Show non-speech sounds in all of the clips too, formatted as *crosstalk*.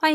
欢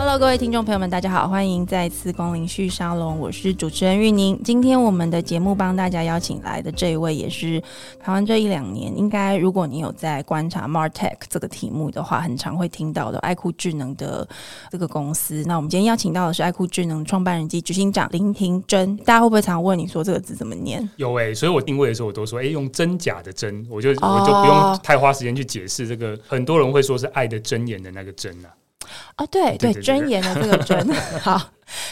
Hello，各位听众朋友们，大家好，欢迎再次光临旭沙龙，我是主持人玉宁。今天我们的节目帮大家邀请来的这一位，也是台湾这一两年，应该如果你有在观察 Martech 这个题目的话，很常会听到的爱酷智能的这个公司。那我们今天邀请到的是爱酷智能创办人及执行长林庭珍。大家会不会常问你说这个字怎么念？有哎、所以我定位的时候我都说，哎、用真假的真，我就、哦我就不用太花时间去解释这个。很多人会说是爱的真言的那个真啊，啊，对对，对对尊严的这个 *laughs* 尊，好，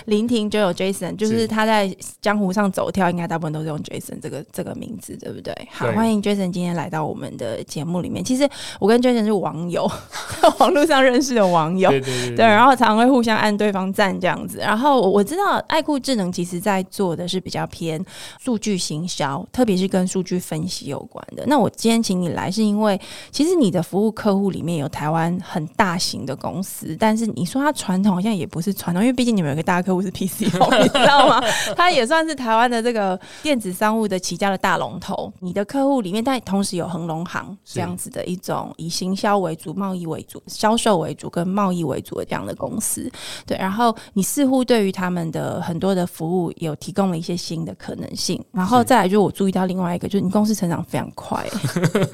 林婷就有 Jason，就是是他在江湖上走跳，应该大部分都是用 Jason 这个这个名字，对不对？好，对欢迎 Jason 今天来到我们的节目里面。其实我跟 Jason 是网友， *laughs* 在网络上认识的网友，对对对对，啊然后常常会互相按对方赞这样子。然后我我知道爱酷智能其实在做的是比较偏数据行销，特别是跟数据分析有关的。那我今天请你来，是因为其实你的服务客户里面有台湾很大型的公司，但是你说它传统好像也不是传统，因为毕竟你们有一个大客户是 PCO，你知道吗？ *laughs* 它也算是台湾的这个电子商务的起家的大龙头。你的客户里面，但同时有恒隆行是这样子的一种以行销为主、贸易为主、销售为主跟贸易为主的这样的公司。对，然后你似乎对于他们的很多的服务有提供了一些新的可能性。然后再来就是我注意到另外一个，就是你公司成长非常快、欸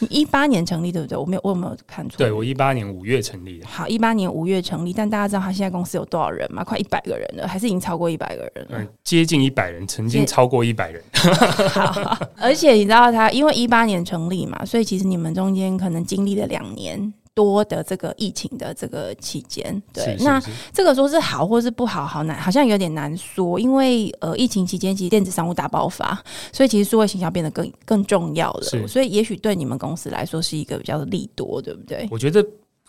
你一八年成立对不对？我没有，我有没有看错？对我一八年五月成立的，啊好，一八年五月成立，但大家知道他现在公司有多少人吗？快一百个人了，还是已经超过一百个人了？嗯、接近一百人，曾经接超过一百人， *laughs* 好，而且你知道他，因为一八年成立嘛，所以其实你们中间可能经历了两年多的这个疫情的这个期间。对，是那是是，这个说是好或是不好，好难，好像有点难说，因为呃，疫情期间其实电子商务大爆发，所以其实数位形象变得更更重要了。是所以也许对你们公司来说是一个比较利多，对不对我觉得。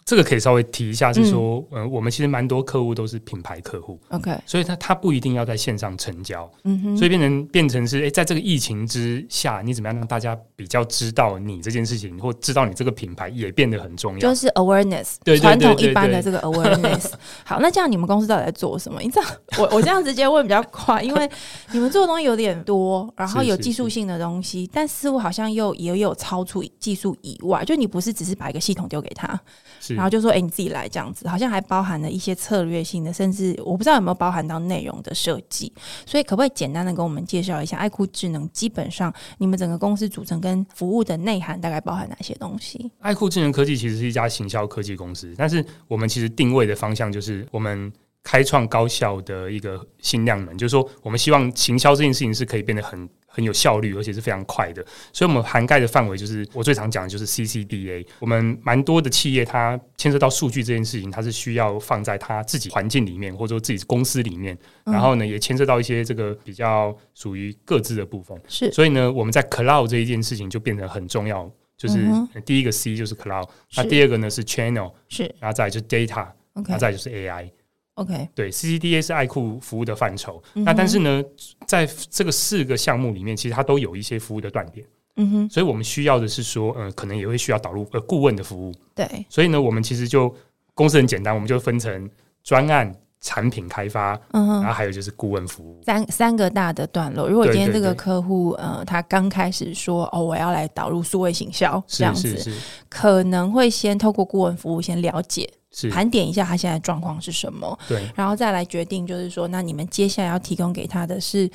这个可以稍微提一下，是说，嗯、我们其实蛮多客户都是品牌客户， ？OK，所以他他不一定要在线上成交，嗯哼，所以变成变成是，哎、在这个疫情之下，你怎么样让大家比较知道你这件事情，或知道你这个品牌，也变得很重要。就是 awareness，对对对传统对一对般的对这个 *laughs* awareness。好，那这样你们公司到底在做什么？你知道，我我这样直接问比较快，因为你们做的东西有点多，然后是有是技术是性的东西，但似乎好像又也有超出技术以外，就你不是只是把一个系统丢给他，是然后就说：“哎、你自己来这样子。”好像还包含了一些策略性的，甚至我不知道有没有包含到内容的设计。所以，可不可以简单的跟我们介绍一下爱酷智能？基本上，你们整个公司组成跟服务的内涵大概包含哪些东西？爱酷智能科技其实是一家行销科技公司，但是我们其实定位的方向就是我们开创高效的一个新量能，就是说我们希望行销这件事情是可以变得很很有效率，而且是非常快的。所以我们涵盖的范围就是我最常讲的就是 CCDA。我们蛮多的企业它牵涉到数据这件事情，它是需要放在它自己环境里面，或者说自己公司里面，嗯然后呢也牵涉到一些这个比较属于各自的部分。是所以呢，我们在 cloud 这一件事情就变得很重要，就是嗯第一个 C 就是 cloud，那是第二个呢是 channel，是然后再来就是 data，然 OK 后再来就是 AI。 OK，对，CCDA 是爱酷服务的范畴，嗯哼那但是呢，在这个四个项目里面，其实它都有一些服务的断点，嗯哼，所以我们需要的是说，呃，可能也会需要导入呃顾问的服务。对，所以呢，我们其实就公司很简单，我们就分成专案、产品开发，嗯然哼。后还有就是顾问服务。三三个大的段落。如果今啊对天对这个对客户，呃，他刚开始说哦，我要来导入数位行销这是样是子，是可能会先透过顾问服务先了解、是，盘点一下他现在的状况是什么，对。然后再来决定，就是说，那你们接下来要提供给他的是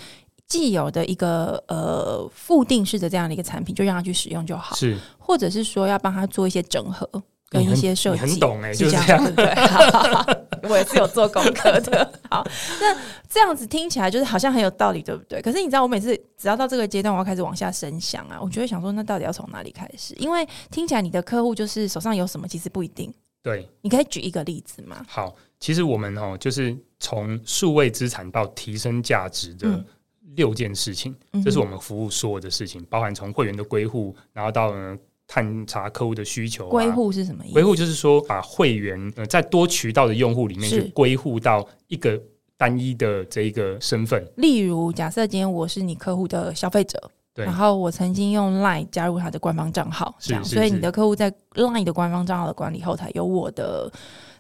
既有的一个呃固定式的这样的一个产品，就让他去使用就好，是，或者是说要帮他做一些整合。跟哎你一很些设计，你很懂欸是就是这这样，对不对？好好好我也是有做功课的。好，那这样子听起来就是好像很有道理，对不对？可是你知道，我每次只要到这个阶段，我要开始往下深想啊，我就会想说，那到底要从哪里开始？因为听起来你的客户就是手上有什么，其实不一定。对。你可以举一个例子吗？好，其实我们哦，就是从数位资产到提升价值的嗯六件事情，嗯哼这是我们服务所有的事情，包含从会员的归户，然后到、呃、探查客户的需求、啊。归，户是什么意思归？户就是说把会员呃在多渠道的用户里面是去归户到一个单一的这一个身份。例如，假设今天我是你客户的消费者，对然后我曾经用 LINE 加入他的官方账号，是这样，是所以是你的客户在 LINE 的官方账号的管理后台有我的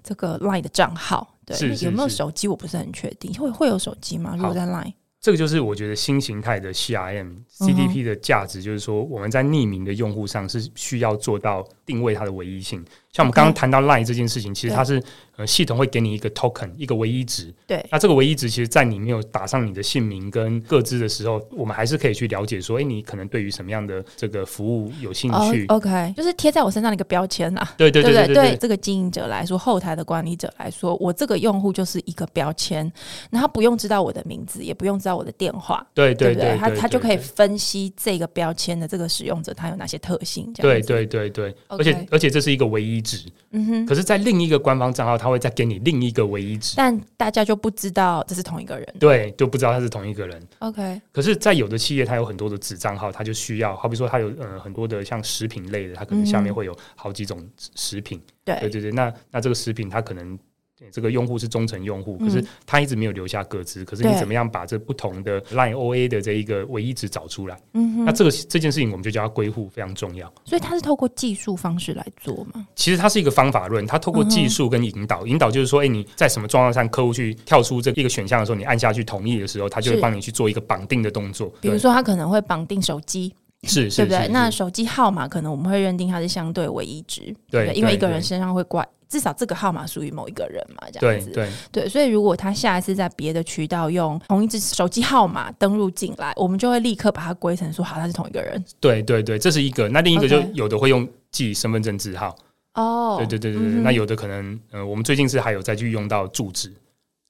这个 LINE 的账号。对，是是有没有是手机我不是很确定，会会有手机吗？如果好在 LINE，这个就是我觉得新形态的 CRM CDP 的价值，就是说我们在匿名的用户上是需要做到定位它的唯一性。像我们刚刚 OK 谈到 Line 这件事情，其实对它是呃系统会给你一个 token，一个唯一值。对，那这个唯一值，其实，在你没有打上你的姓名跟各自的时候，我们还是可以去了解说，哎、你可能对于什么样的这个服务有兴哦趣？ ，OK，就是贴在我身上的一个标签啦。对对不对对对，这个经营者来说，后台的管理者来说，我这个用户就是一个标签，那他不用知道我的名字，也不用知道我的电话，对对对不对？对，他对他就可以对分析这个标签的这个使用者他有哪些特性，这样对子。对对对，而 OK 且而且这是一个唯一值，嗯哼。可是，在另一个官方账号，他会再给你另一个唯一值，但大家就不知道这是同一个人。对，就不知道他是同一个人。 OK，可是，在有的企业，它有很多的子账号，它就需要，好比说，它有呃很多的像食品类的，它可能下面嗯会有好几种食品，对对对对，那那这个食品它可能呃这个用户是忠诚用户，可是嗯他一直没有留下个资，可是你对怎么样把这不同的 Line OA 的这一个唯一值找出来？嗯那哼，这个这件事情我们就叫它归户，非常重要。所以他是透过技术方式来做嘛？其实它是一个方法论，它透过技嗯术跟引导，引导就是说，哎、你在什么状况下客户去跳出这一个选项的时候，你按下去同意的时候，它就会是帮你去做一个绑定的动作。比如对说，他可能会绑定手机，是对是不对是，？那是手机号码可能我们会认定它是相对唯一值，对不因为对一个人对身上会挂，至少这个号码属于某一个人嘛，这样对子。对对，所以如果他下一次在别的渠道用同一只手机号码登录进来，我们就会立刻把它归成说好，他是同一个人。对对对，这是一个。那另一个就 OK 有的会用记身份证字号，哦对对对对嗯对。哼那有的可能，呃，我们最近是还有再去用到住址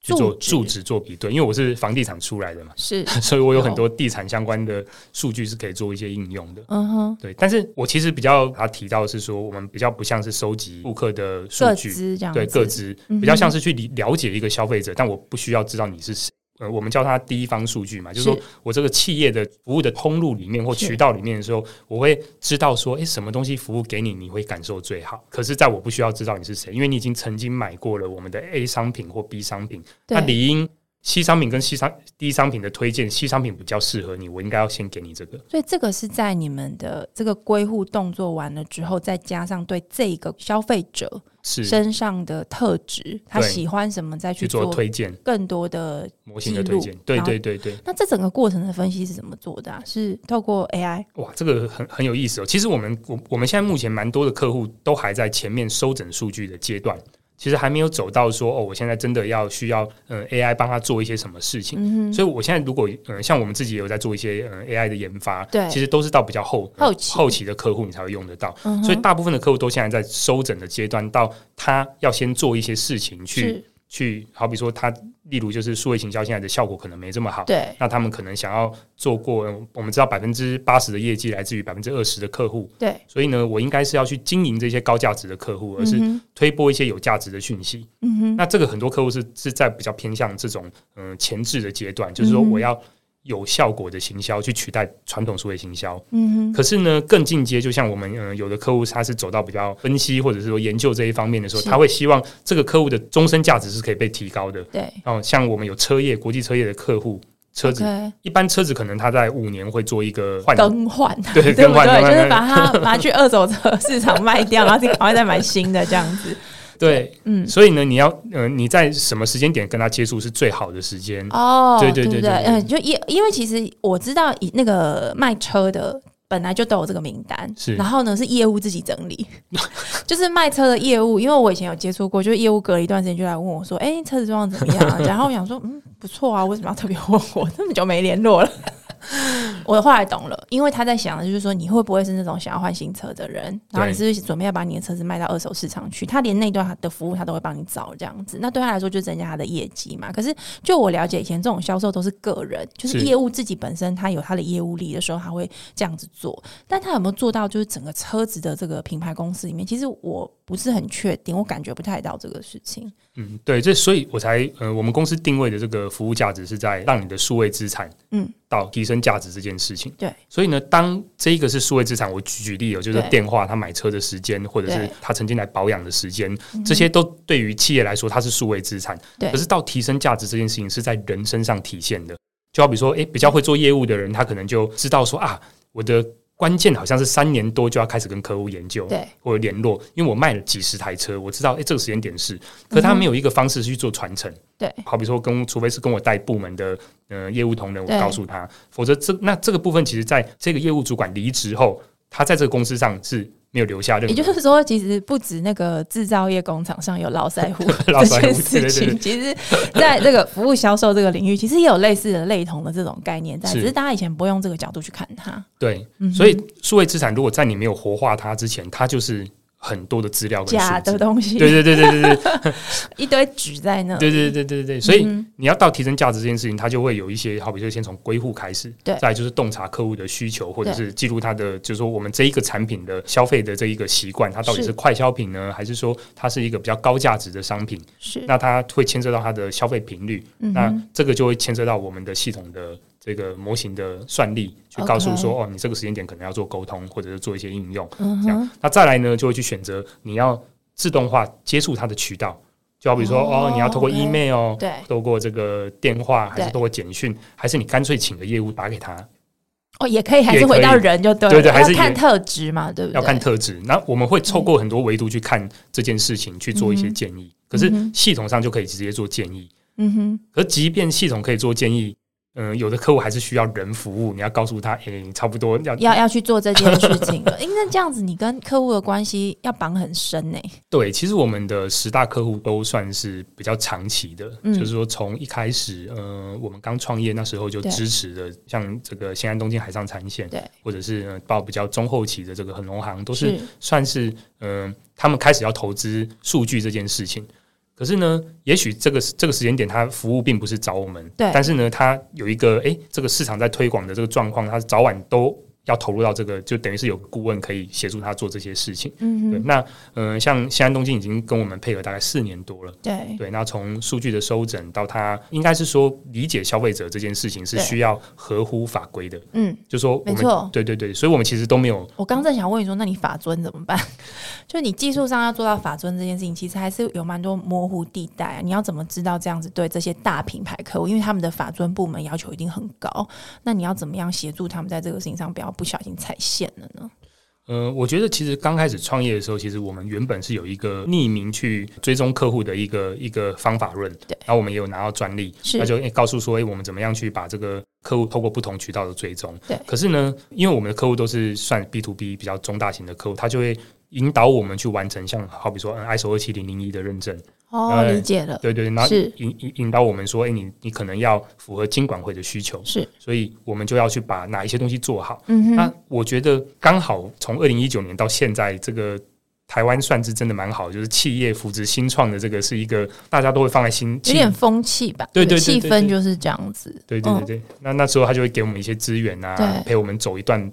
去做住址住址做比对，因为我是房地产出来的嘛，是，所以我有很有多地产相关的数据是可以做一些应用的。嗯哼，对，但是我其实比较他提到的是说，我们比较不像是收集顾客的 *laughs* 数各据，自这样对子各自嗯哼比较像是去理了解一个消费者，但我不需要知道你是谁。呃，我们叫它第一方数据嘛，就是说是我这个企业的服务的通路里面或是渠道里面的时候，我会知道说，诶，什么东西服务给你，你会感受最好。可是，在我不需要知道你是谁，因为你已经曾经买过了我们的 A 商品或 B 商品，那对理应 C 商品跟 C 商 D 商品的推荐，C 商品比较适合你，我应该要先给你这个。所以这个是在你们的这个归户动作完了之后，再加上对这个消费者是身上的特质，他喜欢什么，再去去做做推荐更多的。模型的记推录荐，对然后对对对，那这整个过程的分析是怎么做的、啊？是透过 AI 哇，这个很很有意思哦。其实我们我我们现在目前蛮多的客户都还在前面收整数据的阶段，其实还没有走到说哦，我现在真的要需要呃 AI 帮他做一些什么事嗯情。所以我现在如果呃像我们自己也有在做一些呃 AI 的研发，对其实都是到比较后后期后期的客户你才会用得到。嗯哼所以大部分的客户都现在在收整的阶段，到他要先做一些事情去是去，好比说他例如就是数位行销现在的效果可能没这么好，对那他们可能想要做过，呃我们知道百分之八十的业绩来自于百分之二十的客户，对，所以呢，我应该是要去经营这些高价值的客户，而是嗯哼推播一些有价值的讯息。嗯哼，那这个很多客户是是在比较偏向这种嗯、呃前置的阶段，就是说嗯哼我要有效果的行销去取代传统数位行销。嗯哼，可是呢，更进阶，就像我们嗯、呃有的客户他是走到比较分析或者是说研究这一方面的时候，是他会希望这个客户的终身价值是可以被提高的。对哦，像我们有车业国际车业的客户，车子，OK，一般车子可能它在五年会做一个换，更换，对对更不换更对？换就是把它拿去二手车市场卖掉，然后再赶快再买新的这样子。对，嗯，所以呢，你要呃你在什么时间点跟他接触是最好的时间？哦，对对不对对，对对嗯，就因因为其实我知道以那个卖车的。本来就都有这个名单，是然后呢是业务自己整 *laughs* 理，就是卖车的业务，因为我以前有接触过，就是业务隔了一段时间就来问我说：“哎、车子状况怎么样、啊？”然后我想说：“嗯，不错啊，为什么要特别问我？这么久没联络了。” *laughs* 我后来懂了，因为他在想的就是说，你会不会是那种想要换新车的人？然后你是不是准备要把你的车子卖到二手市场去？他连那段的服务他都会帮你找这样子，那对他来说就增加他的业绩嘛。可是就我了解，以前这种销售都是个人，就是是业务自己本身他有他的业务力的时候，他会这样子做。但他有没有做到，就是整个车子的这个品牌公司里面，其实我不是很确定，我感觉不太到这个事情。嗯，对，这所以我才呃，我们公司定位的这个服务价值是在让你的数位资产嗯，到提升价值这件事情。对，所以呢，当这一个是数位资产，我举举例哦，就是对电话他买车的时间，或者是对嗯他曾经来保养的时间，这些都对于企业来说它是数位资产。对可是到提升价值这件事情是在人身上体现的，就好比说，诶，比较会做业务的人，他可能就知道说啊，我的。关键好像是三年多就要开始跟客户研究对，或者联络，因为我卖了几十台车，我知道诶这个时间点嗯是，可他没有一个方式去做传承。对，好比说跟，除非是跟我带部门的呃业务同仁，对我告诉他，否则这那这个部分其实在这个业务主管离职后，他在这个公司上是没有留下任也何就是说，其实不止那个制造业工厂上有劳塞户 *laughs* 老这塞户件事情，对对对其实在这个服务销售这个领域，其实也有类似的、类同的这种概念在，是只是大家以前不用这个角度去看它。对，嗯哼所以数位资产如果在你没有活化它之前，它就是很多的资料跟数假的字。东西，对对对对对对一堆纸在那，对对对对对，所以嗯你要到提升价值这件事情，它就会有一些，好比说先从归户开始，对再来就是洞察客户的需求，或者对是记录他的，就是说我们这一个产品的消费的这一个习惯，它到底是是快消品呢，还是说它是一个比较高价值的商品？是那它会牵涉到它的消费频率，嗯哼那这个就会牵涉到我们的系统的这个模型的算力，去告诉说哦，你这个时间点可能要做沟通，或者是做一些应用。嗯这样哼，那再来呢，就会去选择你要自动化接触它的渠道，就好比说哦哦，你要透过 OK email，对透过这个电话，还是对透过简讯，还是你干脆请个业务打给他，哦，也可以，还也是回可以到人就对了，对对还是要看也特质嘛，对不对？要看特质。那我们会透过很多维度去看这件事情，去做一些嗯哼建议。可是嗯哼系统上就可以直接做建议。嗯哼，可即便系统可以做建议，嗯、有的客户还是需要人服务，你要告诉他，哎、你差不多要要要去做这件事情了， *laughs* 因为这样子你跟客户的关系要绑很深呢、对。其实我们的十大客户都算是比较长期的，嗯就是说从一开始，呃，我们刚创业那时候就对支持的，像这个新安东京海上产险，对，或者是、呃到比较中后期的这个恒隆行，都是算是嗯、呃他们开始要投资数据这件事情。可是呢，也许这个这个时间点，他服务并不是找我们，对但是呢，他有一个诶，这个市场在推广的这个状况，他早晚都要投入到这个，就等于是有顾问可以协助他做这些事情。嗯对，哼，那嗯、呃像西安东京已经跟我们配合大概四年多了。对，对，那从数据的收整到他，应该是说理解消费者这件事情是对需要合乎法规的，嗯，就说我没们错对对对，所以我们其实都没有我刚正想问你说，那你法尊怎么办？ *laughs* 就你技术上要做到法尊这件事情，其实还是有蛮多模糊地带、啊。你要怎么知道这样子对这些大品牌客户，因为他们的法尊部门要求一定很高，那你要怎么样协助他们在这个事情上不要不小心踩线了呢？呃，我觉得其实刚开始创业的时候，其实我们原本是有一个匿名去追踪客户的一个一个方法论，对然后我们也有拿到专利，是那就、诶告诉说，诶，我们怎么样去把这个客户透过不同渠道的追踪，对可是呢，因为我们的客户都是算 B to B 比较中大型的客户，他就会引导我们去完成像好比说嗯 ISO 二七零零一的认证，哦，呃理解了，对对，然后是引引引导我们说，诶，你你可能要符合金管会的需求，是，所以我们就要去把哪一些东西做好。嗯那哼，我觉得刚好从二零一九年到现在，这个台湾算是真的蛮好，就是企业扶植新创的这个是一个大家都会放在心，有点风气吧，对对对气对氛对就是这样子，对对对嗯对。那那时候他就会给我们一些资源啊对，陪我们走一段。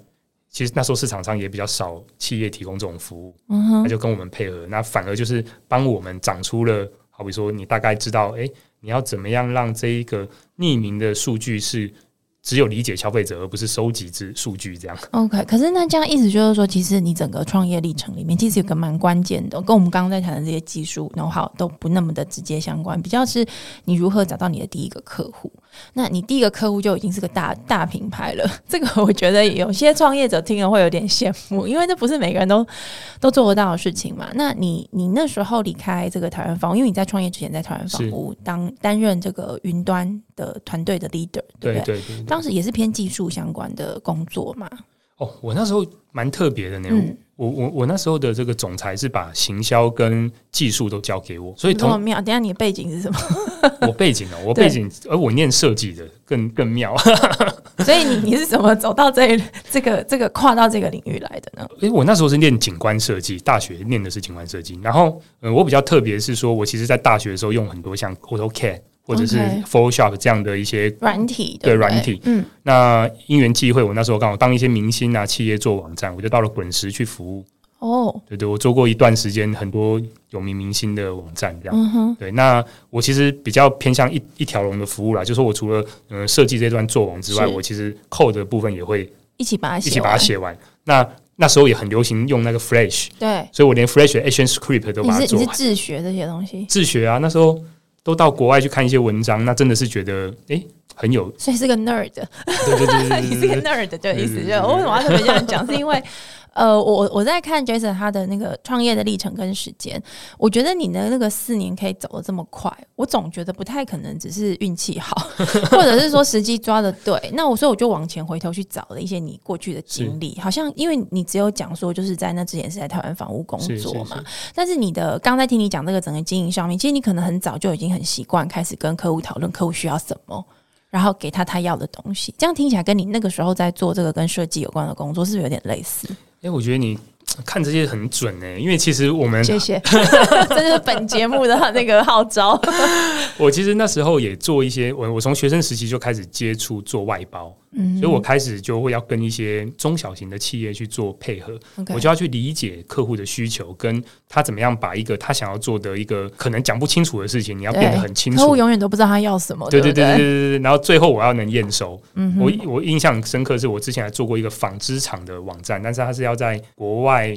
其实那时候市场上也比较少企业提供这种服务，嗯他哼，就跟我们配合，那反而就是帮我们长出了，好比说你大概知道，诶，你要怎么样让这一个匿名的数据是只有理解消费者，而不是收集之数据这样。 OK，可是那这样意思就是说，其实你整个创业历程里面，其实有个蛮关键的，跟我们刚刚在谈的这些技术 know how 都不那么的直接相关，比较是你如何找到你的第一个客户。那你第一个客户就已经是个大 *laughs* 大品牌了，这个我觉得有些创业者听了会有点羡慕，因为这不是每个人都 *laughs* 都做得到的事情嘛。那你你那时候离开这个台湾房屋，因为你在创业之前在台湾房屋当担任这个云端的团队的 leader，对不对？对对对。当时也是偏技术相关的工作嘛，哦，我那时候蛮特别的呢。嗯我我我那时候的这个总裁是把行销跟技术都交给我，所以这么同妙！等一下你的背景是什么？ *laughs* 我背景哦，我对背景，而我念设计的更更妙。所以你你是怎么走到这一 *laughs* 这个这个跨到这个领域来的呢？诶，我那时候是念景观设计，大学念的是景观设计。然后，呃，我比较特别是说，我其实在大学的时候用很多像 AutoCAD 或者是 OK Photoshop 这样的一些软体对不软体嗯，那因缘际会，我那时候刚好当一些明星啊企业做网站，我就到了滚石去服务。哦，对对，我做过一段时间很多有名明星的网站这样。嗯哼，对，那我其实比较偏向一一条龙的服务啦，就是我除了嗯设计这段做完之外，是我其实 code 的部分也会一起把它一写，起把它，写完。那那时候也很流行用那个 Flash，对，所以我连 Flash 的 Action Script 都你把它是做你是完。自学这些东西， *laughs* 自学啊，那时候都到国外去看一些文章，那真的是觉得哎、诶 *laughs* 很有，所以是个 nerd， *laughs* 对对对对你对是对个对 nerd 的意思。对对就哦对我为什么要特别这样讲？是因为呃，我我在看 Jason 他的那个创业的历程跟时间，我觉得你的那个四年可以走得这么快，我总觉得不太可能只是运气好， *laughs* 或者是说时机抓的对。那我所以我就往前回头去找了一些你过去的经历，好像因为你只有讲说就是在那之前是在台湾房屋工是是作嘛，是但是你的刚才听你讲这个整个经营上面，其实你可能很早就已经很习惯开始跟客户讨论客户需要什么，然后给他他要的东西。这样听起来跟你那个时候在做这个跟设计有关的工作，是不是有点类似？哎、我觉得你看这些很准哎、因为其实我们谢 *laughs* 谢， *laughs* 这就是本节目的那个号召。我其实那时候也做一些，我我从学生时期就开始接触做外包，嗯所以我开始就会要跟一些中小型的企业去做配合， OK 我就要去理解客户的需求，跟他怎么样把一个他想要做的一个可能讲不清楚的事情，你要变得很清客户楚。永远都不知道他要什么，对对对不对对对对对，然后最后我要能验收。嗯我哼，我印象深刻是我之前还做过一个纺织厂的网站，但是它是要在国外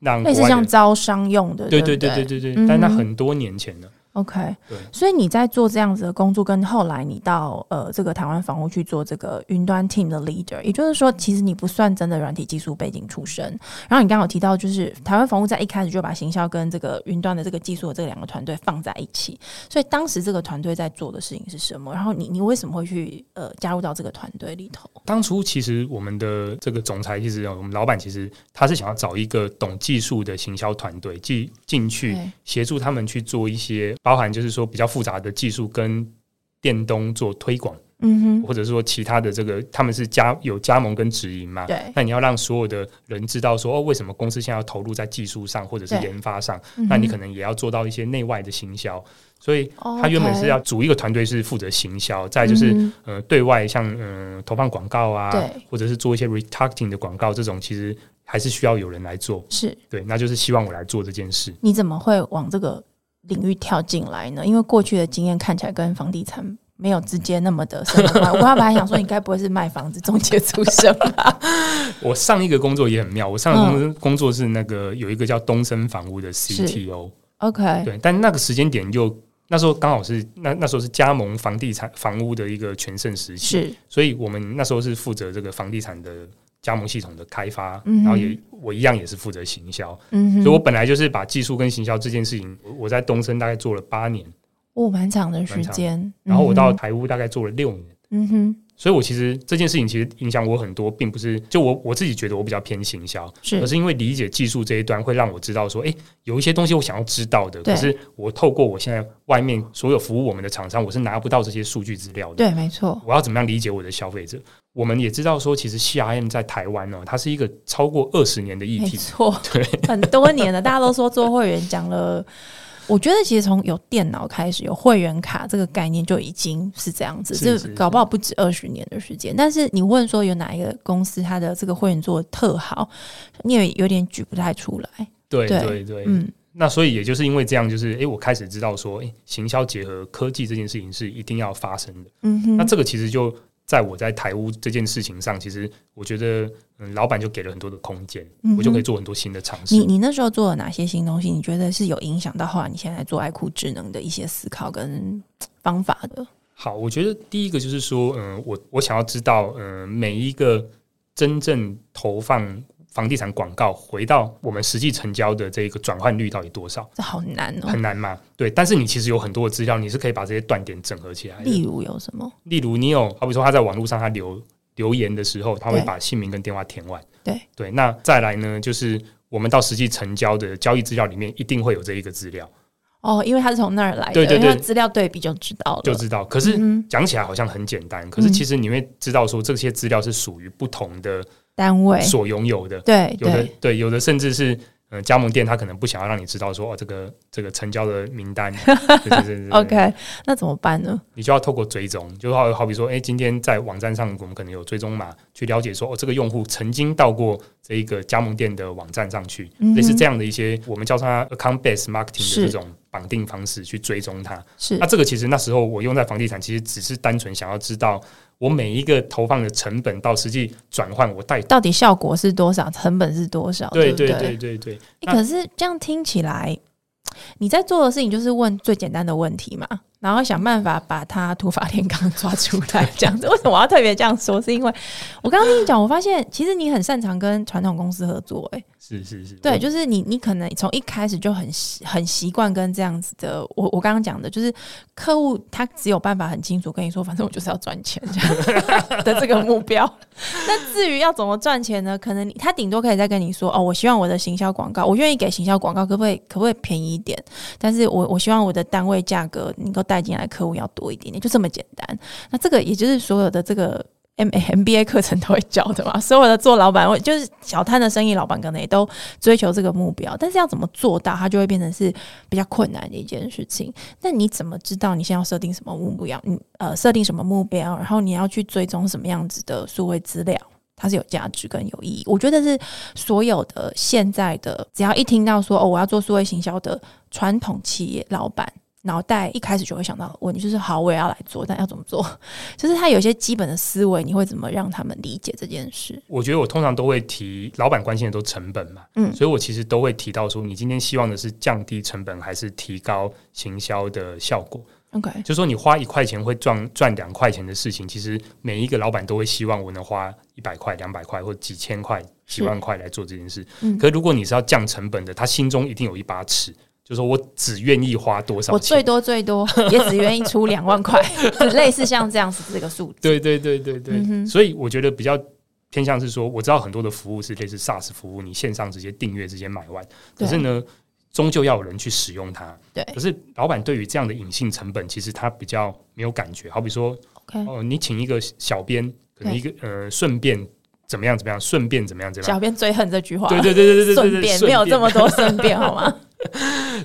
让 *laughs* 类国似外像的，招商用的，对对对不对对对对，嗯但那很多年前了。 OK，对所以你在做这样子的工作，跟后来你到呃这个台湾房屋去做这个云端 team 的 leader，也就是说，其实你不算真的软体技术背景出身。然后你刚好提到，就是台湾房屋在一开始就把行销跟这个云端的这个技术的这两个团队放在一起，所以当时这个团队在做的事情是什么？然后你你为什么会去呃加入到这个团队里头？当初其实我们的这个总裁，其实我们老板其实他是想要找一个懂技术的行销团队进进去对协助他们去做一些包含就是说比较复杂的技术跟电东做推广，嗯哼，或者说其他的这个他们是加有加盟跟直营嘛，对，那你要让所有的人知道说哦，为什么公司现在要投入在技术上或者是对嗯研发上？那你可能也要做到一些内外的行销。所以他原本是要组一个团队是负责行销，再就是、哦嗯呃对外像呃投放广告啊对，或者是做一些 retargeting 的广告，这种其实还是需要有人来做。是对，那就是希望我来做这件事。你怎么会往这个领域跳进来呢？因为过去的经验看起来跟房地产没有直接那么的深关。我爸爸还想说，你该不会是卖房子中介出身吧？我上一个工作也很妙，我上一个嗯工工作是那个有一个叫东升房屋的 CTO， ？OK，对，但那个时间点又那时候刚好是那那时候是加盟房地产房屋的一个全盛时期，是所以我们那时候是负责这个房地产的加盟系统的开发，嗯哼然后也我一样也是负责行销，嗯所以我哼，本来就是把技术跟行销这件事情，我我在东升大概做了八年，我哦蛮长的时间。然后我到嗯哼台屋大概做了六年。嗯哼所以，我其实这件事情其实影响我很多，并不是就我我自己觉得我比较偏行销，是而是因为理解技术这一端会让我知道说，诶，有一些东西我想要知道的，对可是我透过我现在外面所有服务我们的厂商，我是拿不到这些数据资料的。对，没错，我要怎么样理解我的消费者？我们也知道说，其实 CRM 在台湾哦呢、它是一个超过二十年的议没题。错， *laughs* 很多年了，大家都说做会员讲了。 *laughs* 我觉得其实从有电脑开始，有会员卡这个概念就已经是这样子，是这是搞不好不止二十年的时间。但是你问说有哪一个公司它的这个会员做的特好，你也有点举不太出来。对对对对，嗯，那所以也就是因为这样，就是诶，我开始知道说，诶，行销结合科技这件事情是一定要发生的。嗯哼，那这个其实就在我在台屋这件事情上，其实我觉得，嗯，老板就给了很多的空间，嗯哼我就可以做很多新的尝试你。你那时候做了哪些新东西？你觉得是有影响到后来你现在做爱酷智能的一些思考跟方法的？好，我觉得第一个就是说，嗯、我我想要知道，嗯、每一个真正投放房地产广告回到我们实际成交的这个转换率到底多少，这好难哦。很难嘛？对，但是你其实有很多的资料，你是可以把这些断点整合起来的。例如有什么？例如你有，好比说他在网络上他留留言的时候，他会对把姓名跟电话填完。对对，那再来呢，就是我们到实际成交的交易资料里面，一定会有这一个资料，哦，因为它是从那儿来的，对对因为它对资料对比就知道了。就知道。可是呃嗯哼嗯讲起来好像很简单，可是其实你会知道说这些资料是属于不同的单位，所拥有的，对有的对，对，有的甚至是。呃，加盟店他可能不想要让你知道说哦，这个这个成交的 *laughs* 名单，对对对对对 OK，那怎么办呢？你就要透过追踪，就好好比说，哎、今天在网站上我们可能有追踪码，去了解说，哦，这个用户曾经到过这一个加盟店的网站上去，嗯哼类似这样的一些，我们叫它 account based marketing 是的这种绑定方式去追踪它。是那这个其实那时候我用在房地产，其实只是单纯想要知道我每一个投放的成本到实际转换，我带。到底效果是多少，成本是多少？对不对对对对对，诶可是这样听起来，你在做的事情就是问最简单的问题嘛，然后想办法把他土法炼钢抓出来，这样子。为 *laughs* 什么我要特别这样说？是因为我刚刚跟你讲，我发现其实你很擅长跟传统公司合作、欸，哎，是是是，对，我就是你，你可能从一开始就很习很习惯跟这样子的，我我刚刚讲的，就是客户他只有办法很清楚跟你说，反正我就是要赚钱这样 *laughs* 的这个目标。那至于要怎么赚钱呢？可能你他顶多可以再跟你说，哦，我希望我的行销广告，我愿意给行销广告，可不可以可不可以便宜一点？但是我我希望我的单位价格能够带进来客户要多一点点，就这么简单。那这个也就是所有的这个 M M B A 课程都会教的嘛，所有的做老板，我就是小摊的生意老板，可能也都追求这个目标，但是要怎么做到，它就会变成是比较困难的一件事情。那你怎么知道你现在要设定什么目标？你呃设定什么目标，然后你要去追踪什么样子的数位资料？它是有价值跟有意义，我觉得是所有的现在的，只要一听到说哦，我要做数位行销的传统企业老板，脑袋一开始就会想到的问题，就是好，我也要来做，但要怎么做？ *laughs* 就是他有一些基本的思维，你会怎么让他们理解这件事？我觉得我通常都会提老板关心的都成本嘛，嗯所以我其实都会提到说，你今天希望的是降低成本，还是提高行销的效果？ ，OK，就说你花一块钱会赚赚两块钱的事情，其实每一个老板都会希望我能花一百块、两百块或几千块、几万块来做这件事。嗯可如果你是要降成本的，他心中一定有一把尺，就说我只愿意花多少我最钱。多最 *laughs* 多也只愿意出两万块，类似像这样子这个数字。对对对对对，嗯哼所以我觉得比较偏向是说，我知道很多的服务是类似 SaaS 服务，你线上直接订阅、直接买完，可是呢，终究要有人去使用它。对可是老板对于这样的隐性成本，其实他比较没有感觉。好比说， ，OK，哦，你请一个小编，可能一个呃，顺便怎么样怎么样，顺便怎么样怎么样。小编最恨这句话，对对对对对对顺对，便顺没有这么多顺便好 *laughs* 吗？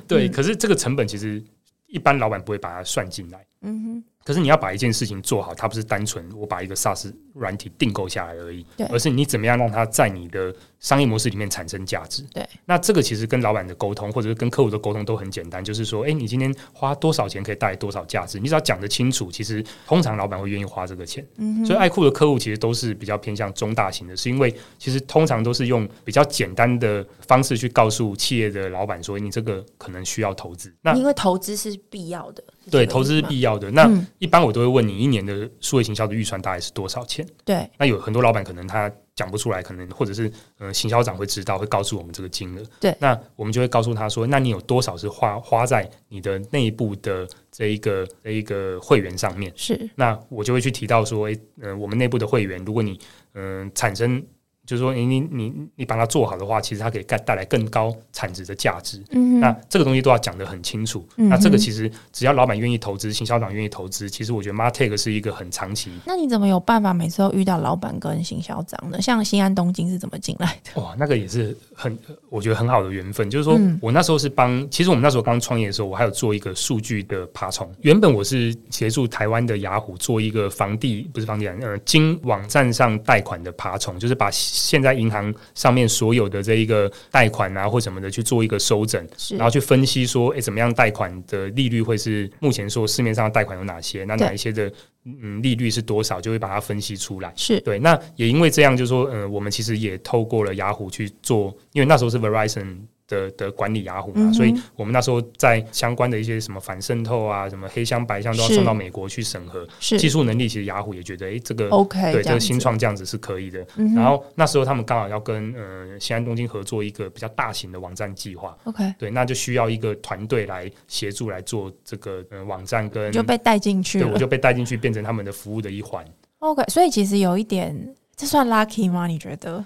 对。嗯可是这个成本其实一般老板不会把它算进来。嗯可是你要把一件事情做好，它不是单纯我把一个 SaaS 软体订购下来而已对，而是你怎么样让它在你的商业模式里面产生价值。对，那这个其实跟老板的沟通，或者是跟客户的沟通都很简单，就是说，哎，你今天花多少钱可以带来多少价值，你只要讲得清楚，其实通常老板会愿意花这个钱。哼，嗯哼，所以爱酷的客户其实都是比较偏向中大型的，是因为其实通常都是用比较简单的方式去告诉企业的老板说，你这个可能需要投资。那因为投资是必要的，是对这个投资意是思吗必要的。那嗯一般我都会问你一年的数位行销的预算大概是多少钱？对，那有很多老板可能他讲不出来，可能或者是呃行销长会知道，会告诉我们这个金额。对那我们就会告诉他说，那你有多少是花花在你的内部的这一个这一个会员上面？是那我就会去提到说，诶、呃，我们内部的会员，如果你嗯、呃产生，就是说，诶、你你你把它做好的话，其实它可以带带来更高产值的价值。嗯那哼，这个东西都要讲得很清楚。嗯哼那这个其实只要老板愿意投资，行销长愿意投资，其实我觉得 Martech 是一个很长期。那你怎么有办法每次都遇到老板跟行销长呢？像新安东京是怎么进来的？ *laughs* 哇，那个也是很，我觉得很好的缘分。就是说嗯我那时候是帮，其实我们那时候刚创业的时候，我还有做一个数据的爬虫。原本我是协助台湾的雅虎做一个房地，不是房地产，呃，经网站上贷款的爬虫，就是把现在银行上面所有的这一个贷款啊或什么的去做一个收整，是然后去分析说，诶，怎么样贷款的利率会是目前说市面上的贷款有哪些，那对哪一些的嗯利率是多少，就会把它分析出来。是对，那也因为这样，就是说，呃，我们其实也透过了雅虎去做，因为那时候是 Verizon 的的管理雅虎嘛，嗯哼所以我们那时候在相关的一些什么反渗透啊、什么黑箱白箱都要是送到美国去审核。是技术能力其实雅虎也觉得，诶，这个 OK，对这这样个子新创这样子是可以的。嗯哼然后那时候他们刚好要跟呃西安东京合作一个比较大型的网站计划， OK，对，那就需要一个团队来协助来做这个呃网站跟你就被带进去对，我了就被带进去变成他们的服务的一环。 OK，所以其实有一点，这算 lucky 吗？你觉得？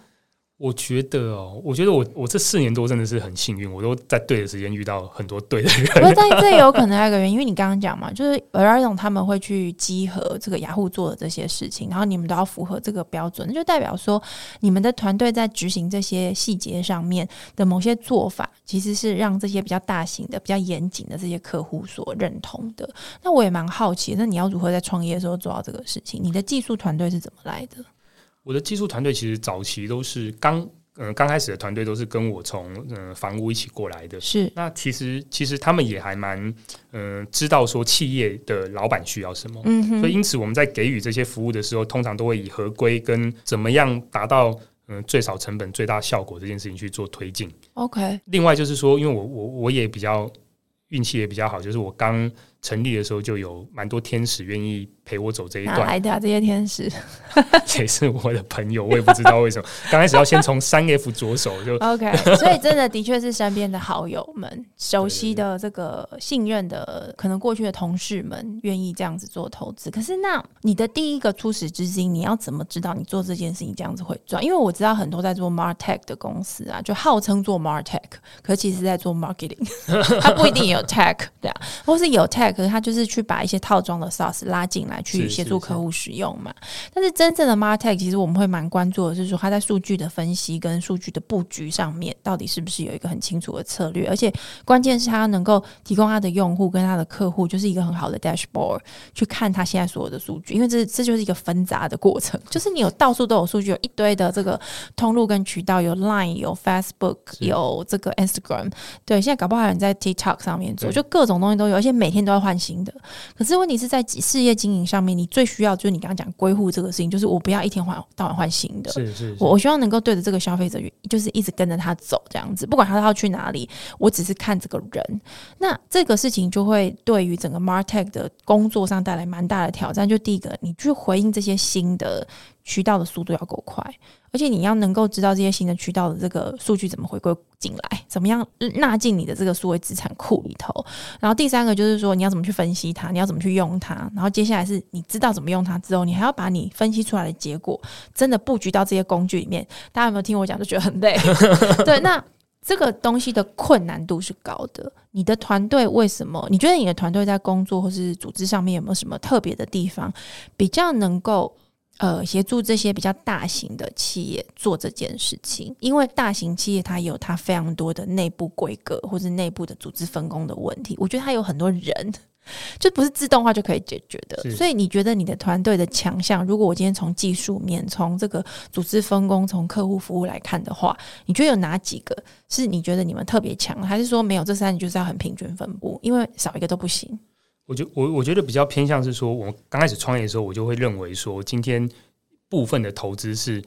我觉得哦，我觉得我我这四年多真的是很幸运，我都在对的时间遇到很多对的人。 *laughs* 不过，但这有可能还有一个原因，因为你刚刚讲嘛，就是 Verizon 他们会去集合这个雅虎做的这些事情，然后你们都要符合这个标准，那就代表说你们的团队在执行这些细节上面的某些做法，其实是让这些比较大型的、比较严谨的这些客户所认同的。那我也蛮好奇，那你要如何在创业的时候做到这个事情？你的技术团队是怎么来的？我的技术团队其实早期都是刚嗯、呃、刚开始的团队都是跟我从嗯、呃、房屋一起过来的。是那其实其实他们也还蛮嗯、呃知道说企业的老板需要什么，嗯所哼，以因此我们在给予这些服务的时候，通常都会以合规跟怎么样达到嗯、呃最少成本最大效果这件事情去做推进。 OK，另外就是说，因为我我我也比较运气也比较好，就是我刚成立的时候就有蛮多天使愿意陪我走这一哪段，来的、啊、这些天使这 *laughs* 也是我的朋友，我也不知道为什么。 *laughs* 刚开始要先从三 F 着 *laughs* 手，就？OK，所以真的的确是身边的好友们、熟悉的这个信任的，可能过去的同事们愿意这样子做投资。可是，那你的第一个初始资金，你要怎么知道你做这件事情这样子会赚？因为我知道很多在做 Martech 的公司啊，就号称做 Martech，可其实在做 marketing，它 *laughs* 不一定有 tech 对啊，或是有 tech，可是它就是去把一些套装的 SaaS 拉进来，去是协是助是客户使用嘛。但是真正的 Martech，其实我们会蛮关注的是说，它在数据的分析跟数据的布局上面，到底是不是有一个很清楚的策略？而且关键是它能够提供它的用户跟它的客户，就是一个很好的 dashboard 去看它现在所有的数据，因为这这就是一个纷杂的过程， *laughs* 就是你有到处都有数据，有一堆的这个通路跟渠道，有 Line，有 Facebook，是有这个 Instagram，对，现在搞不好还有人在 TikTok 上面做，对就各种东西都有，而且每天都要换新的。可是问题是在事业经营上面，你最需要就是你刚刚讲归户这个事情，就是我不要一天换到晚换新的。是是我我希望能够对着这个消费者，就是一直跟着他走这样子，不管他要去哪里，我只是看这个人。那这个事情就会对于整个 Martech 的工作上带来蛮大的挑战。就第一个，你去回应这些新的渠道的速度要够快，而且你要能够知道这些新的渠道的这个数据怎么回归进来，怎么样纳进你的这个数位资产库里头。然后第三个就是说，你要怎么去分析它，你要怎么去用它。然后接下来是你知道怎么用它之后，你还要把你分析出来的结果真的布局到这些工具里面。大家有没有听我讲就觉得很累？ *laughs* 对，那这个东西的困难度是高的。你的团队为什么？你觉得你的团队在工作或是组织上面有没有什么特别的地方，比较能够？呃，协助这些比较大型的企业做这件事情，因为大型企业它有它非常多的内部规格或是内部的组织分工的问题，我觉得它有很多人，就不是自动化就可以解决的。是所以你觉得你的团队的强项，如果我今天从技术面、从这个组织分工、从客户服务来看的话，你觉得有哪几个是你觉得你们特别强，还是说没有这三你就是要很平均分布，因为少一个都不行？我觉我我觉得比较偏向是说，我刚开始创业的时候，我就会认为说，今天部分的投资是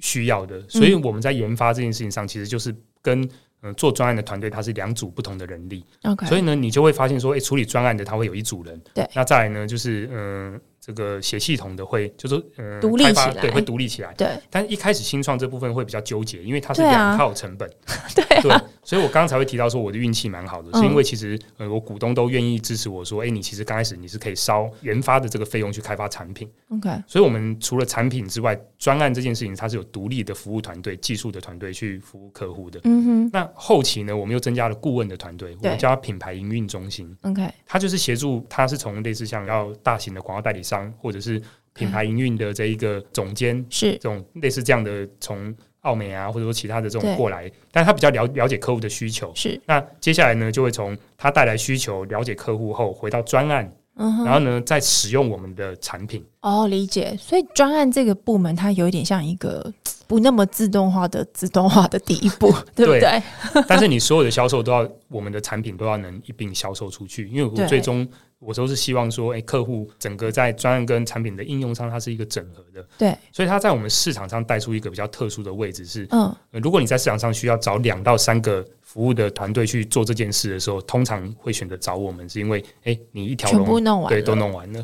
需要的，所嗯以我们在研发这件事情上，其实就是跟嗯、呃做专案的团队，它是两组不同的人力， OK，所以呢，你就会发现说，诶，处理专案的他会有一组人，对那再来呢，就是嗯、呃这个写系统的会就是嗯独立开发起来对，会独立起来。对但一开始新创这部分会比较纠结，因为它是对啊两套成本， *laughs* 对啊对，所以我刚刚才会提到说我的运气蛮好的，嗯是因为其实呃我股东都愿意支持我说，哎、你其实刚开始你是可以烧研发的这个费用去开发产品， ，OK，所以我们除了产品之外，专案这件事情它是有独立的服务团队、技术的团队去服务客户的。嗯那后期呢，我们又增加了顾问的团队，我对们叫它品牌营运中心，哼，OK，它就是协助，它是从类似像要大型的广告代理商或者是品牌营运的这一个总监是这种类似这样的从澳美啊，或者说其他的这对种过来，但他比较了了解客户的需求。是，那接下来呢，就会从他带来需求、了解客户后，回到专案，嗯哼，然后呢再使用我们的产品。哦，理解。所以专案这个部门，它有一点像一个不那么自动化的自动化的第一 *laughs* 步，对不对对？ *laughs* 但是你所有的销售都要，我们的产品都要能一并销售出去，因为对我最终我都是希望说，哎、客户整个在专案跟产品的应用上，它是一个整合的。对，所以它在我们市场上带出一个比较特殊的位置是，嗯，呃如果你在市场上需要找两到三个服务的团队去做这件事的时候，通常会选择找我们，是因为哎、诶你一条全部龙弄完对了都弄完了。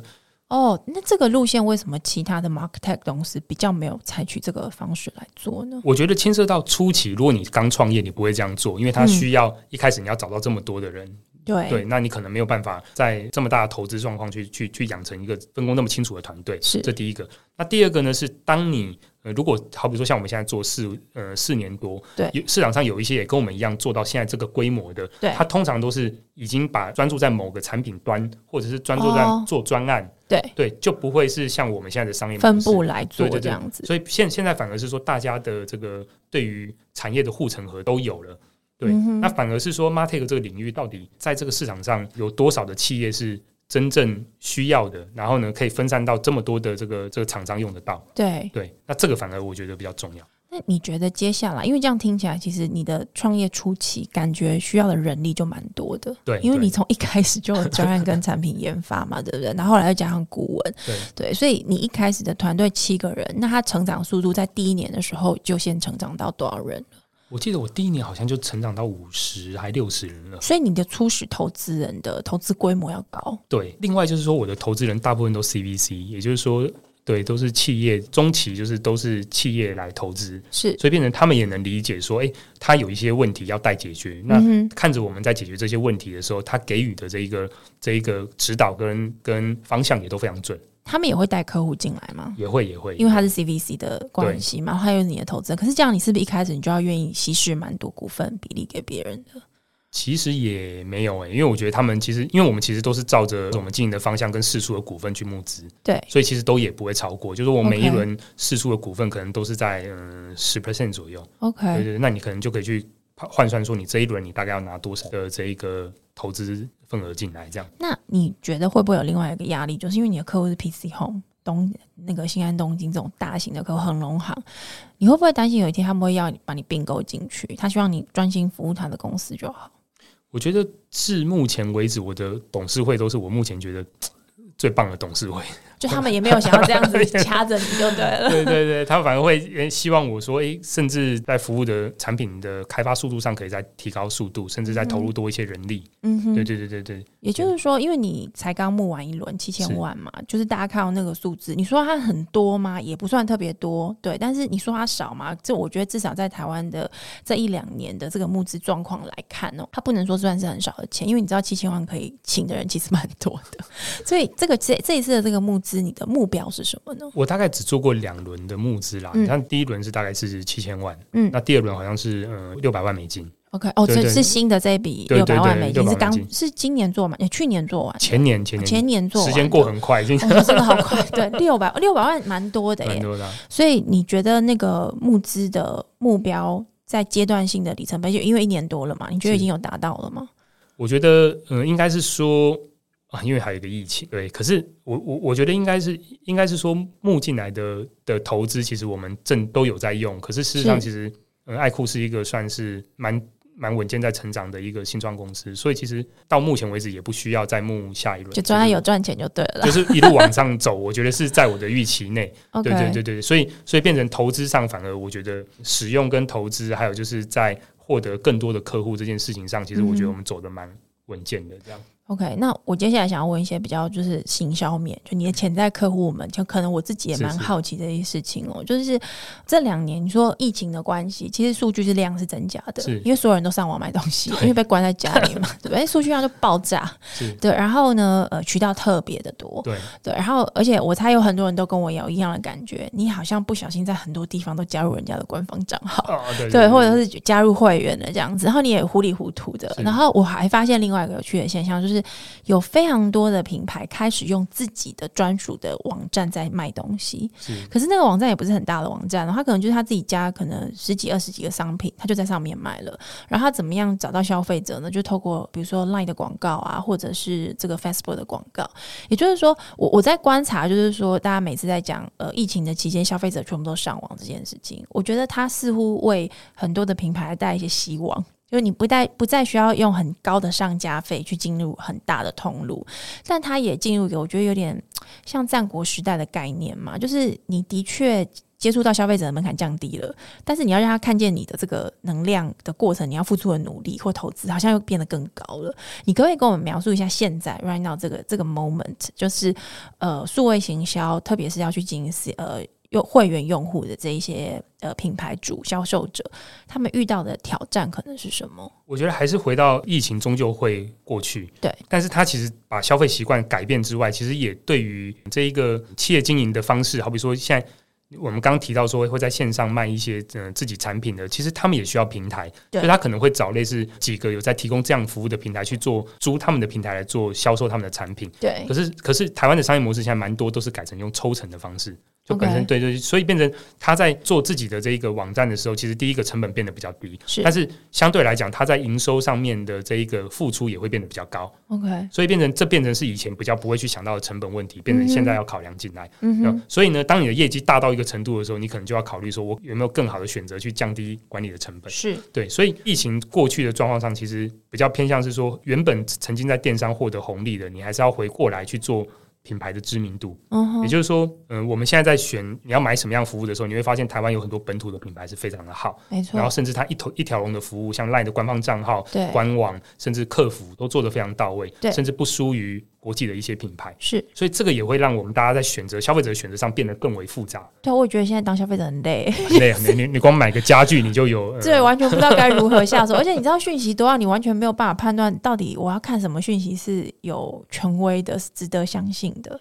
哦，那这个路线为什么其他的 market 公司比较没有采取这个方式来做呢？我觉得牵涉到初期，如果你刚创业，你不会这样做，因为它嗯需要一开始你要找到这么多的人，对，对，那你可能没有办法在这么大的投资状况去去去养成一个分工那么清楚的团队，是这第一个。那第二个呢是，当你呃，如果好比说像我们现在做四呃四年多，对有市场上有一些也跟我们一样做到现在这个规模的，对它通常都是已经把专注在某个产品端，或者是专注在哦做专案，对，对，就不会是像我们现在的商业模分式布来做对对对这样子。所以现现在反而是说，大家的这个对于产业的护城河都有了。对，嗯哼那反而是说，Martech 这个领域到底在这个市场上有多少的企业是真正需要的？然后呢，可以分散到这么多的这个这个厂商用得到。对，对，那这个反而我觉得比较重要。那你觉得接下来，因为这样听起来，其实你的创业初期感觉需要的人力就蛮多的，对因为对你从一开始就有专案跟产品研发嘛，对不对？然后后来又加上顾问，对所以你一开始的团队七个人，那他成长速度在第一年的时候就先成长到多少人了？我记得我第一年好像就成长到五十还六十人了。所以你的初始投资人的投资规模要高。对，另外就是说，我的投资人大部分都 CVC，也就是说，对，都是企业中期，就是都是企业来投资，是，所以变成他们也能理解说，诶，他有一些问题要待解决。那嗯哼，看着我们在解决这些问题的时候，他给予的这一个这一个指导跟跟方向也都非常准，他们也会带客户进来吗？也会也会，因为他是 CVC 的关系嘛，然后还有你的投资人，可是这样你是不是一开始你就要愿意稀释蛮多股份比例给别人的？其实也没有诶、因为我觉得他们其实，因为我们其实都是照着我们经营的方向跟市数的股份去募资，对，所以其实都也不会超过。就是我每 OK 一轮市数的股份可能都是在嗯十 percent 左右，对 OK，对，对那你可能就可以去换算说你这一轮你大概要拿多少的这一个投资份额进来，这样。那你觉得会不会有另外一个压力，就是因为你的客户是 PC Home 东那个新安东京这种大型的客户，恒隆行，你会不会担心有一天他们会要你把你并购进去？他希望你专心服务他的公司就好。我觉得至目前为止，我的董事会都是我目前觉得最棒的董事会。 *laughs* 就他们也没有想要这样子掐着你就对了。对对对，他反而会诶希望我说，诶，甚至在服务的产品的开发速度上，可以再提高速度，甚至再投入多一些人力。嗯哼，对对对对对，也就是说，因为你才刚募完一轮七千万嘛，就是大家看到那个数字，你说它很多吗？也不算特别多，对。但是你说它少吗？这我觉得至少在台湾的这一两年的这个募资状况来看哦，它不能说算是很少的钱，因为你知道七千万可以请的人其实蛮多的。 *laughs* 所以这个这这一次的这个募资，你的目标是什么呢？我大概只做过两轮的募资啦。嗯你看第一轮是大概是七千万，嗯那第二轮好像是呃六百万美金， ，OK，哦，对这对是新的这一笔对六对百万对美金600是刚美金是今年做完，哎去年做完，前年前年哦前年做完时的，间过很快，已经哦，真的好快，对，六百六百万蛮多的蛮耶。多的啊。所以你觉得那个募资的目标在阶段性的里程碑，就因为一年多了嘛，你觉得是已经有达到了吗？我觉得，嗯，应该是说啊，因为还有一个疫情，对。可是我我我觉得应该是应该是说募进来的的投资，其实我们正都有在用。可是事实上，是其实嗯，爱酷是一个算是蛮蛮稳健在成长的一个新创公司，所以其实到目前为止也不需要再募下一轮，就专案有赚钱就对了就。是就是一路往上走，我觉得是在我的预期内。 OK，对对对对，所以所以变成投资上，反而我觉得使用跟投资，还有就是在获得更多的客户这件事情上，其实我觉嗯得哼我们走的蛮稳健的。这样， OK，那我接下来想要问一些比较就是行销面，就你的潜在客户们，就可能我自己也蛮是是好奇这些事情哦。就是这两年你说疫情的关系，其实数据是量是增加的是，因为所有人都上网买东 *laughs* 西，因为被关在家里嘛，对不对？数据量就爆炸，是对。然后呢，呃，渠道特别的多，对对，然后而且我猜有很多人都跟我有一样的感觉，你好像不小心在很多地方都加入人家的官方账号，啊，对哦对，或者是加入会员的这样子，然后你也糊里糊涂的。是然后我还发现另外一个有趣的现象，就是有非常多的品牌开始用自己的专属的网站在卖东西，是可是那个网站也不是很大的网站哦，他可能就是他自己家可能十几二十几个商品，他就在上面卖了。然后他怎么样找到消费者呢？就透过比如说 LINE 的广告啊，或者是这个 Facebook 的广告。也就是说，我我在观察，就是说大家每次在讲呃疫情的期间，消费者全部都上网这件事情，我觉得他似乎为很多的品牌带一些希望。就是你不带不再需要用很高的上架费去进入很大的通路，但它也进入一个我觉得有点像战国时代的概念嘛，就是你的确接触到消费者的门槛降低了，但是你要让他看见你的这个能量的过程，你要付出的努力或投资，好像又变得更高了。你可不可以跟我们描述一下现在 right now 这个这个 moment，就是呃，数位行销，特别是要去经营呃。用会员用户的这一些呃品牌主销售者，他们遇到的挑战可能是什么？我觉得还是回到疫情终究会过去，对。但是它其实把消费习惯改变之外，其实也对于这一个企业经营的方式，好比说现在。我们刚刚提到说会在线上卖一些嗯、呃自己产品的，其实他们也需要平台，对所以他可能会找类似几个有在提供这样服务的平台去做租他们的平台来做销售他们的产品。对可是可是台湾的商业模式现在蛮多都是改成用抽成的方式，就本身 OK 对对，所以变成他在做自己的这一个网站的时候，其实第一个成本变得比较低，是但是相对来讲，他在营收上面的这一个付出也会变得比较高， ，OK，所以变成这变成是以前比较不会去想到的成本问题，变成现在要考量进来。嗯哼，所以呢，当你的业绩大到一个程度的时候，你可能就要考虑说，我有没有更好的选择去降低管理的成本。是对，所以疫情过去的状况上，其实比较偏向是说，原本曾经在电商获得红利的，你还是要回过来去做品牌的知名度。嗯哼也就是说，嗯、我们现在在选你要买什么样服务的时候，你会发现台湾有很多本土的品牌是非常的好，没然错，后甚至它一头一条龙的服务，像 LINE 的官方账号、对官网，甚至客服都做得非常到位对，甚至不输于国际的一些品牌。是所以这个也会让我们大家在选择消费者的选择上变得更为复杂。对，我觉得现在当消费者很累， *laughs* 很累，很累。你你光买个家具你就有，呃对，完全不知道该如何下手，而且你知道讯息多到你完全没有办法判断到底我要看什么讯息是有权威的、是值得相信的。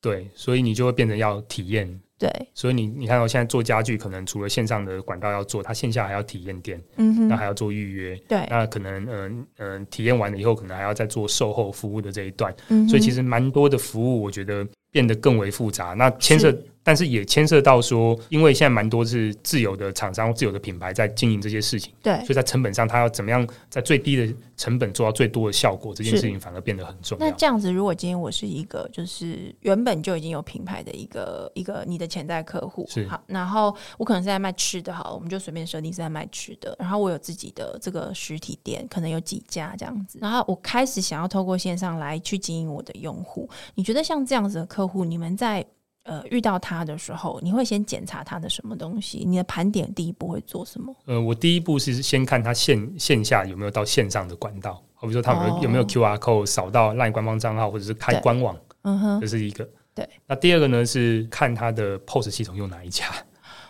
对，所以你就会变成要体验。对，所以你你看到现在做家具，可能除了线上的管道要做，它线下还要体验店，嗯那哼，还要做预约，对，那可能嗯嗯、呃体验完了以后，可能还要再做售后服务的这一段。嗯哼所以其实蛮多的服务，我觉得变得更为复杂。那牵涉，但是也牵涉到说，因为现在蛮多是自有的厂商、自有的品牌在经营这些事情，对所。以在成本上，它要怎么样在最低的成本做到最多的效果，这件是事情反而变得很重那要。这样子，如果今天我是一个，就是原本就已经有品牌的一个一个你的潜在客户是，好，然后我可能是在卖吃的，好了，我们就随便设定是在卖吃的，然后我有自己的这个实体店，可能有几家这样子，然后我开始想要透过线上来去经营我的用户，你觉得像这样子的客户，你们在呃遇到他的时候，你会先检查他的什么东西？你的盘点第一步会做什么？呃，我第一步是先看它线线下有没有到线上的管道，好比说它有没有、哦有没有 QR code 扫到 LINE 官方账号，或者是开对官网，嗯哼，这是一个。对，那第二个呢是看它的 POS 系统用哪一家。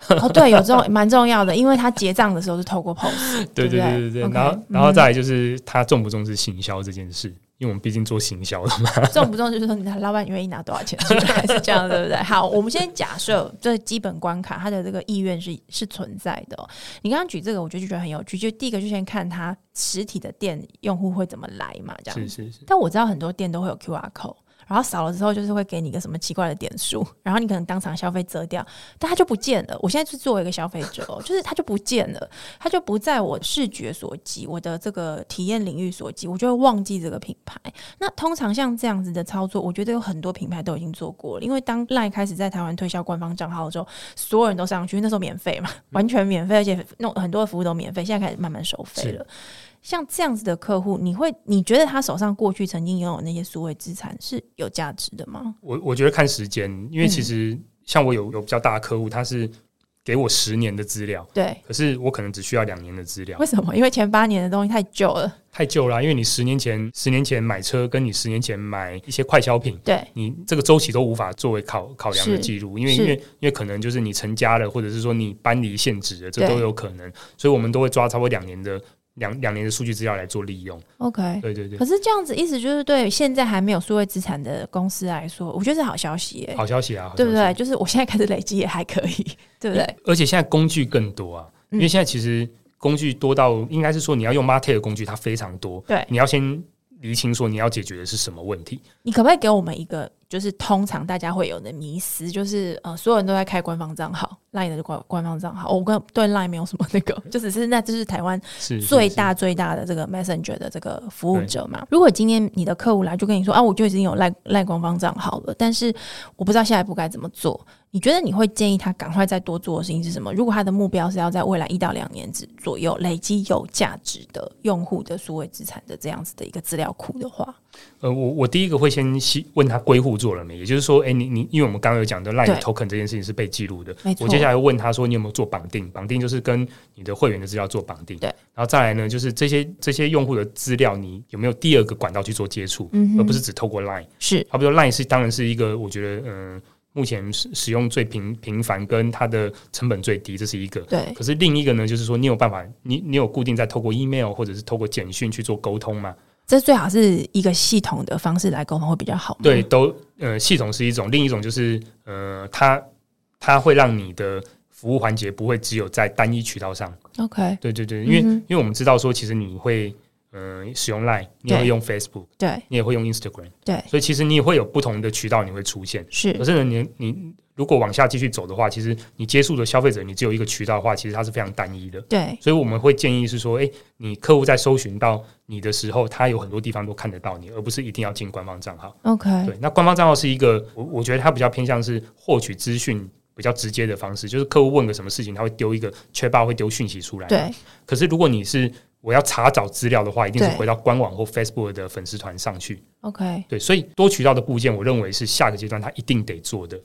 哦，对，有这种蛮重要的，因为他结账的时候是透过 POS， *laughs* 对对对不对对对。 OK，然后然后嗯再来就是它重不重视行销这件事，因为我们毕竟做行销的嘛。 *laughs* 重不重就是说你的老板愿意拿多少钱出来，是这样对不对？好，我们先假设这基本关卡，他的这个意愿是是存在的哦、你刚刚举这个，我就觉得很有趣。就第一个就先看他实体的店用户会怎么来嘛，这样是子。是是，但我知道很多店都会有 QR code。然后扫了之后，就是会给你一个什么奇怪的点数， *laughs* 然后你可能当场消费折掉，但它就不见了。我现在是作为一个消费者哦， *laughs* 就是它就不见了，它就不在我视觉所及，我的这个体验领域所及，我就会忘记这个品牌。那通常像这样子的操作，我觉得有很多品牌都已经做过了，因为当 LINE 开始在台湾推销官方账号之后，所有人都上去，因为那时候免费嘛，完全免费，而且弄很多服务都免费，现在开始慢慢收费是了。像这样子的客户，你会你觉得他手上过去曾经拥有那些数位资产是有价值的吗？我我觉得看时间，因为嗯其实像我有有比较大的客户，他是给我十年的资料，对，可是我可能只需要两年的资料为，什么？因为前八年的东西太旧了。太旧了啊、因为你十年前十年前买车，跟你十年前买一些快消品。对，你这个周期都无法作为考考量的是记录，因为是因为因为可能就是你成家了，或者是说你搬离现职了，这对都有可能，所以我们都会抓差不多两年的两两年的数据资料来做利用。 OK。对对对可，是这样子，意思就是对现在还没有数位资产的公司来说，我觉得是好消息耶、好消息啊，嗯好对不消息对？？就是我现在开始累积也还可以， *laughs* 对不对？而且现在工具更多啊，嗯因为现在其实工具多到应该是说你要用 Mate 的工具，它非常多，对你要先厘清说你要解决的是什么问题。你可不可以给我们一个，就是通常大家会有的迷思，就是呃，所有人都在开官方账号，LINE 的官官方账号，哦我跟对 LINE 没有什么那个， *laughs* 就只是那这是台湾是是最是大最大的这个 Messenger 的这个服务者嘛。如果今天你的客户来就跟你说啊，我就已经有赖赖官方账号了，但是我不知道下一步该怎么做。你觉得你会建议他赶快再多做的事情是什么？如果他的目标是要在未来一到两年之左右累积有价值的用户的数位资产的这样子的一个资料库的话，呃，我我第一个会先细问他归户做了没，也就是说，哎、你你，因为我们刚刚有讲的 LINE 对的 token 这件事情是被记录的没，错我接下来问他说你有没有做绑定？绑定就是跟你的会员的资料做绑定，对，然后再来呢，就是这些这些用户的资料，你有没有第二个管道去做接触，嗯哼而不是只透过 LINE？是好比说 LINE 是当然是一个我觉得嗯、呃目前使使用最频频繁跟它的成本最低，这是一个。对可是另一个呢，就是说你有办法，你你有固定在透过 email 或者是透过简讯去做沟通吗？这最好是一个系统的方式来沟通会比较好吗。对，都呃系统是一种，另一种就是呃它它会让你的服务环节不会只有在单一渠道上。 ，OK，对对对，因为、嗯哼因为我们知道说，其实你会呃使用 Line，你也对会用 Facebook，对你也会用 Instagram，对，所以其实你也会有不同的渠道你会出现。是可是呢，你你如果往下继续走的话，其实你接触的消费者你只有一个渠道的话，其实它是非常单一的。对，所以我们会建议是说，诶，你客户在搜寻到你的时候，他有很多地方都看得到你，而不是一定要进官方账号。 OK，对，那官方账号是一个，我我觉得它比较偏向是获取资讯比较直接的方式，就是客户问个什么事情，他会丢一个 c h a t b o 会丢讯息出来。对，可是如果你是我要查找资料的话，一定是对回到官网或 Facebook 的粉丝团上去。 OK，对，所以多渠道的部件，我认为是下个阶段它一定得做的。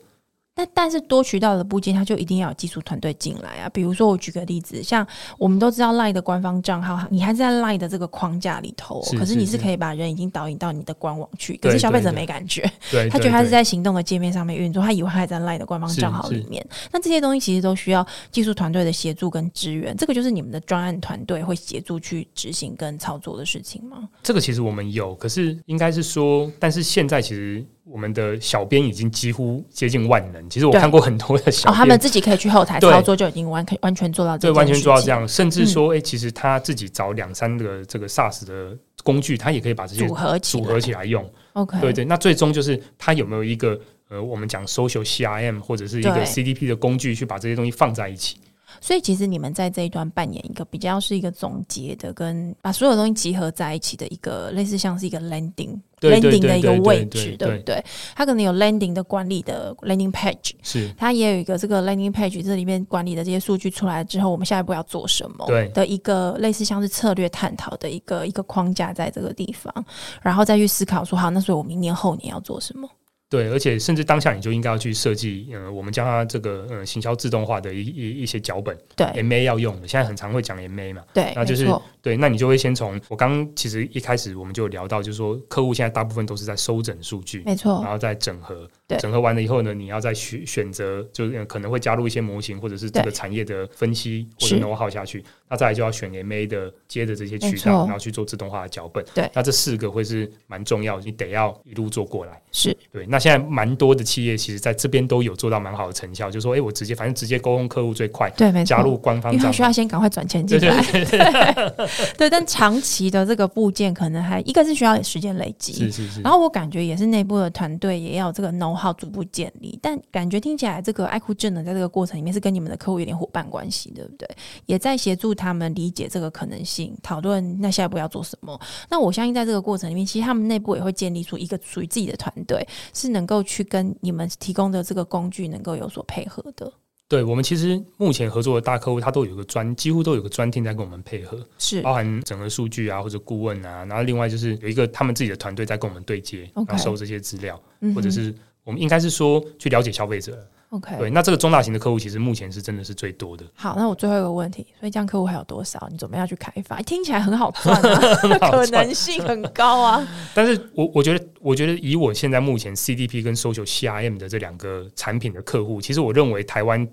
那但是多渠道的部件，它就一定要有技术团队进来啊。比如说，我举个例子，像我们都知道 LINE 的官方账号，你还是在 LINE 的这个框架里头哦、是可是是你是是可以把人已经导引到你的官网去，可对是消费者对对没感觉，*laughs* 对，他觉得对他是对在行动的界面上面运作，他以为他还在 LINE 的官方是账号里是面。那这些东西其实都需要技术团队的协助跟支援，这个就是你们的专案团队会协助去执行跟操作的事情吗？这个其实我们有，可是应该是说，但是现在其实我们的小编已经几乎接近万能。其实我对看过很多的哦，小他编，们自己可以去后台对操作，就已经完可以完全做到这对件完全做到事这情嗯样，甚至说，哎、其实他自己找两三个这个 SaaS 的工具，他也可以把这些组合起组来合起来用。 OK，对对，那最终就是它有没有一个呃，我们讲 social CRM 或者是一对个 CDP 的工具，去把这些东西放在一起。所以其实你们在这一段扮演一个比较是一个总结的，跟把所有东西集合在一起的一个类似像是一个 landing。对对 landing 对的一个对对位对置，对对不对？它可能有 landing 的管理的 landing page，是它也有一个这个 landing page，这里面管理的这些数据出来之后，我们下一步要做什么？对的一个类似像是策略探讨的一个一个框架在这个地方，然后再去思考说，好，那所以我明年后年要做什么？对，而且甚至当下你就应该要去设计，呃，我们叫它这个呃行销自动化的一一一些脚本对，MA 要用的，现在很常会讲 MA 嘛。对，那就是没错，对，那你就会先从我刚刚其实一开始我们就有聊到，就是说客户现在大部分都是在收整数据，没错然，后再整合哦对，整合完了以后呢，你要再选选择，就是呃可能会加入一些模型或者是这对个产业的分析或是者 know how 下去，那再来就要选 MA 的接的这些没渠错道，然后去做自动化的脚本。对那这四个会是蛮重要，你得要一路做过来。是对，那现在蛮多的企业其实在这边都有做到蛮好的成效，就说，哎，我直接反正直接沟通客户最快，对，没错，加入官方因为他账需号要。先赶快转钱进对对来，对，对，但长期的这个部件可能还一个是需要时间累积是，是是然。后我感觉也是内部的团队也要有这个 know how 逐步建立，但感觉听起来这个爱酷智能在这个过程里面是跟你们的客户有点伙伴关系，对不对？也在协助他们理解这个可能性，讨论那下一步要做什么。那我相信在这个过程里面，其实他们内部也会建立出一个属于自己的团队，是能够去跟你们提供的这个工具能够有所配合的。对我们其实目前合作的大客户，他都有一个专，几乎都有一个专 team 在跟我们配合。是包含整个数据啊，或者顾问啊，然后另外就是有一个他们自己的团队在跟我们对接，然 OK 后收这些资料，嗯哼或者是我们应该是说去了解消费者。 OK，对，那这个中大型的客户其实目前是真的是最多的，好，那我最后一个问题，所以这样客户还有多少？你准备要去开 *laughs* 发？听起来很好赚啊， *laughs* 可能性很高啊。但是我我觉得，我觉得以我现在目前 CDP 跟 Social CRM 的这两个产品的客户，其实我认为台湾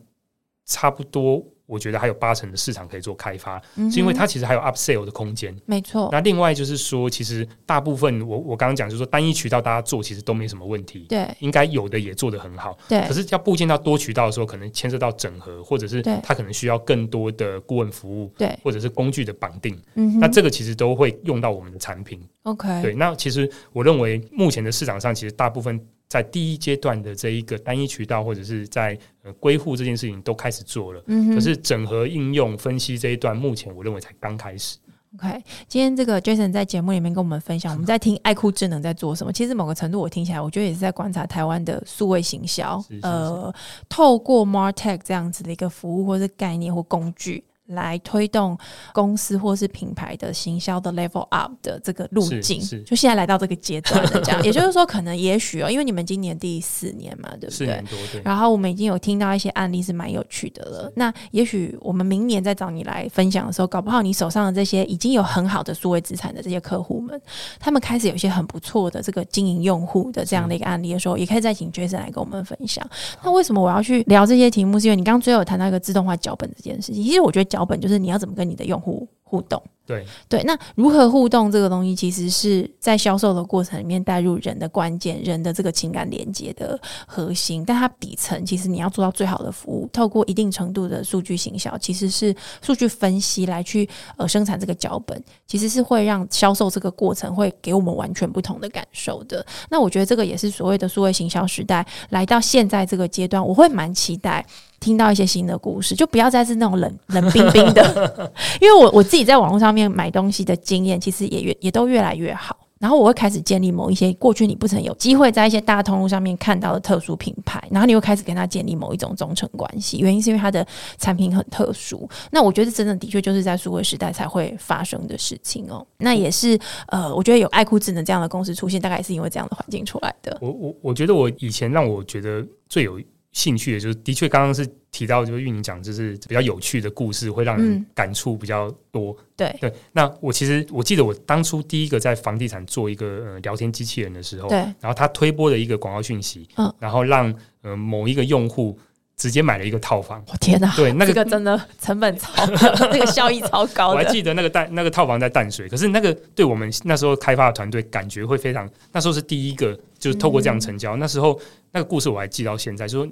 差不多，我觉得还有八成的市场可以做开发，嗯哼 *laughs* 是因为它其实还有 upsell 的空间。没错，那另外就是说，其实大部分我我刚刚讲就是说单一渠道大家做其实都没什么问题，对应该有的也做得很好，对可是要部件到多渠道的时候，可能牵涉到整合，或者是对它可能需要更多的顾问服务，对，或者是工具的绑定。嗯哼，那这个其实都会用到我们的产品。 OK，对，那其实我认为目前的市场上，其实大部分在第一阶段的这一个单一渠道，或者是在呃归户这件事情都开始做了。嗯哼，可是整合应用分析这一段，目前我认为才刚开始。 OK，今天这个 Jason 在节目里面跟我们分享，我们在听爱酷智能在做什么。其实某个程度，我听起来，我觉得也是在观察台湾的数位行销是，是呃，透过 MarTech 这样子的一个服务或是概念或工具。来推动公司或是品牌的行销的 level up 的这个路径是是，就现在来到这个阶段了，这样，也就是说，可能也许哦，因为你们今年第四年嘛，对不四对年？多，对，然后我们已经有听到一些案例是蛮有趣的了。那也许我们明年再找你来分享的时候，搞不好你手上的这些已经有很好的数位资产的这些客户们，他们开始有一些很不错的这个经营用户的这样的一个案例的时候，也可以再请 Jason 来跟我们分享。那为什么我要去聊这些题目？是因为你刚刚最后有谈到一个自动化脚本这件事情。其实我觉得脚本就是你要怎么跟你的用户互动。对，对，那如何互动这个东西，其实是在销售的过程里面带入人的关键，人的这个情感连接的核心。但它底层，其实你要做到最好的服务，透过一定程度的数据行销，其实是数据分析来去呃生产这个脚本，其实是会让销售这个过程会给我们完全不同的感受的。那我觉得这个也是所谓的数位行销时代来到现在这个阶段，我会蛮期待。听到一些新的故事，就不要再是那种冷冷冰冰的，因为我我自己在网络上面买东西的经验，其实也越也都越来越好。然后我会开始建立某一些过去你不曾有机会在一些大通路上面看到的特殊品牌，然后你又开始跟它建立某一种忠诚关系。原因是因为它的产品很特殊。那我觉得真的的确就是在数位时代才会发生的事情哦。那也是呃，我觉得有爱酷智能这样的公司出现，大概也是因为这样的环境出来的。我我我觉得我以前让我觉得最有兴趣的就是，的确刚刚是提到，就是运营讲就是比较有趣的故事，会让人嗯感触比较多。对对，那我其实我记得我当初第一个在房地产做一个呃聊天机器人的时候，对，然后他推播了一个广告讯息，嗯然后让呃某一个用户直接买了一个套房，我哦天哪！对，那这个个真的成本 *laughs* 超高，这个效益超高我还的。记得那个淡那个套房在淡水，可是那个对我们那时候开发的团队感觉会非常，那时候是第一个就是透过这样成嗯交，那时候那个故事我还记到现在，就说嘖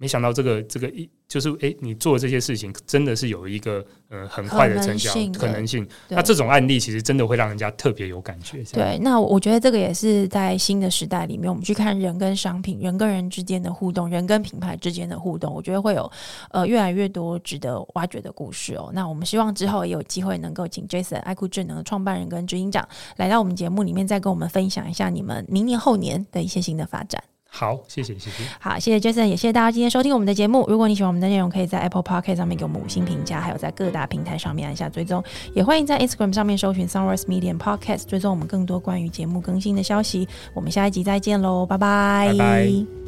没想到这个这个一就是诶，你做这些事情真的是有一个呃很快的成交可能性的可能性，对那这种案例其实真的会让人家特别有感觉，这样对，那我我觉得这个也是在新的时代里面，我们去看人跟商品、人跟人之间的互动、人跟品牌之间的互动，我觉得会有呃越来越多值得挖掘的故事哦。那我们希望之后也有机会能够请 Jason 爱酷智能的创办人跟执行长来到我们节目里面，再跟我们分享一下你们明年后年的一些新的发展。好，谢谢谢谢。好，谢谢 Jason，也谢谢大家今天收听我们的节目。如果你喜欢我们的内容，可以在 Apple Podcast 上面给我们五星评价，还有在各大平台上面按下追踪。也欢迎在 Instagram 上面搜寻 Sunrise Media and Podcast，追踪我们更多关于节目更新的消息。我们下一集再见喽，拜拜拜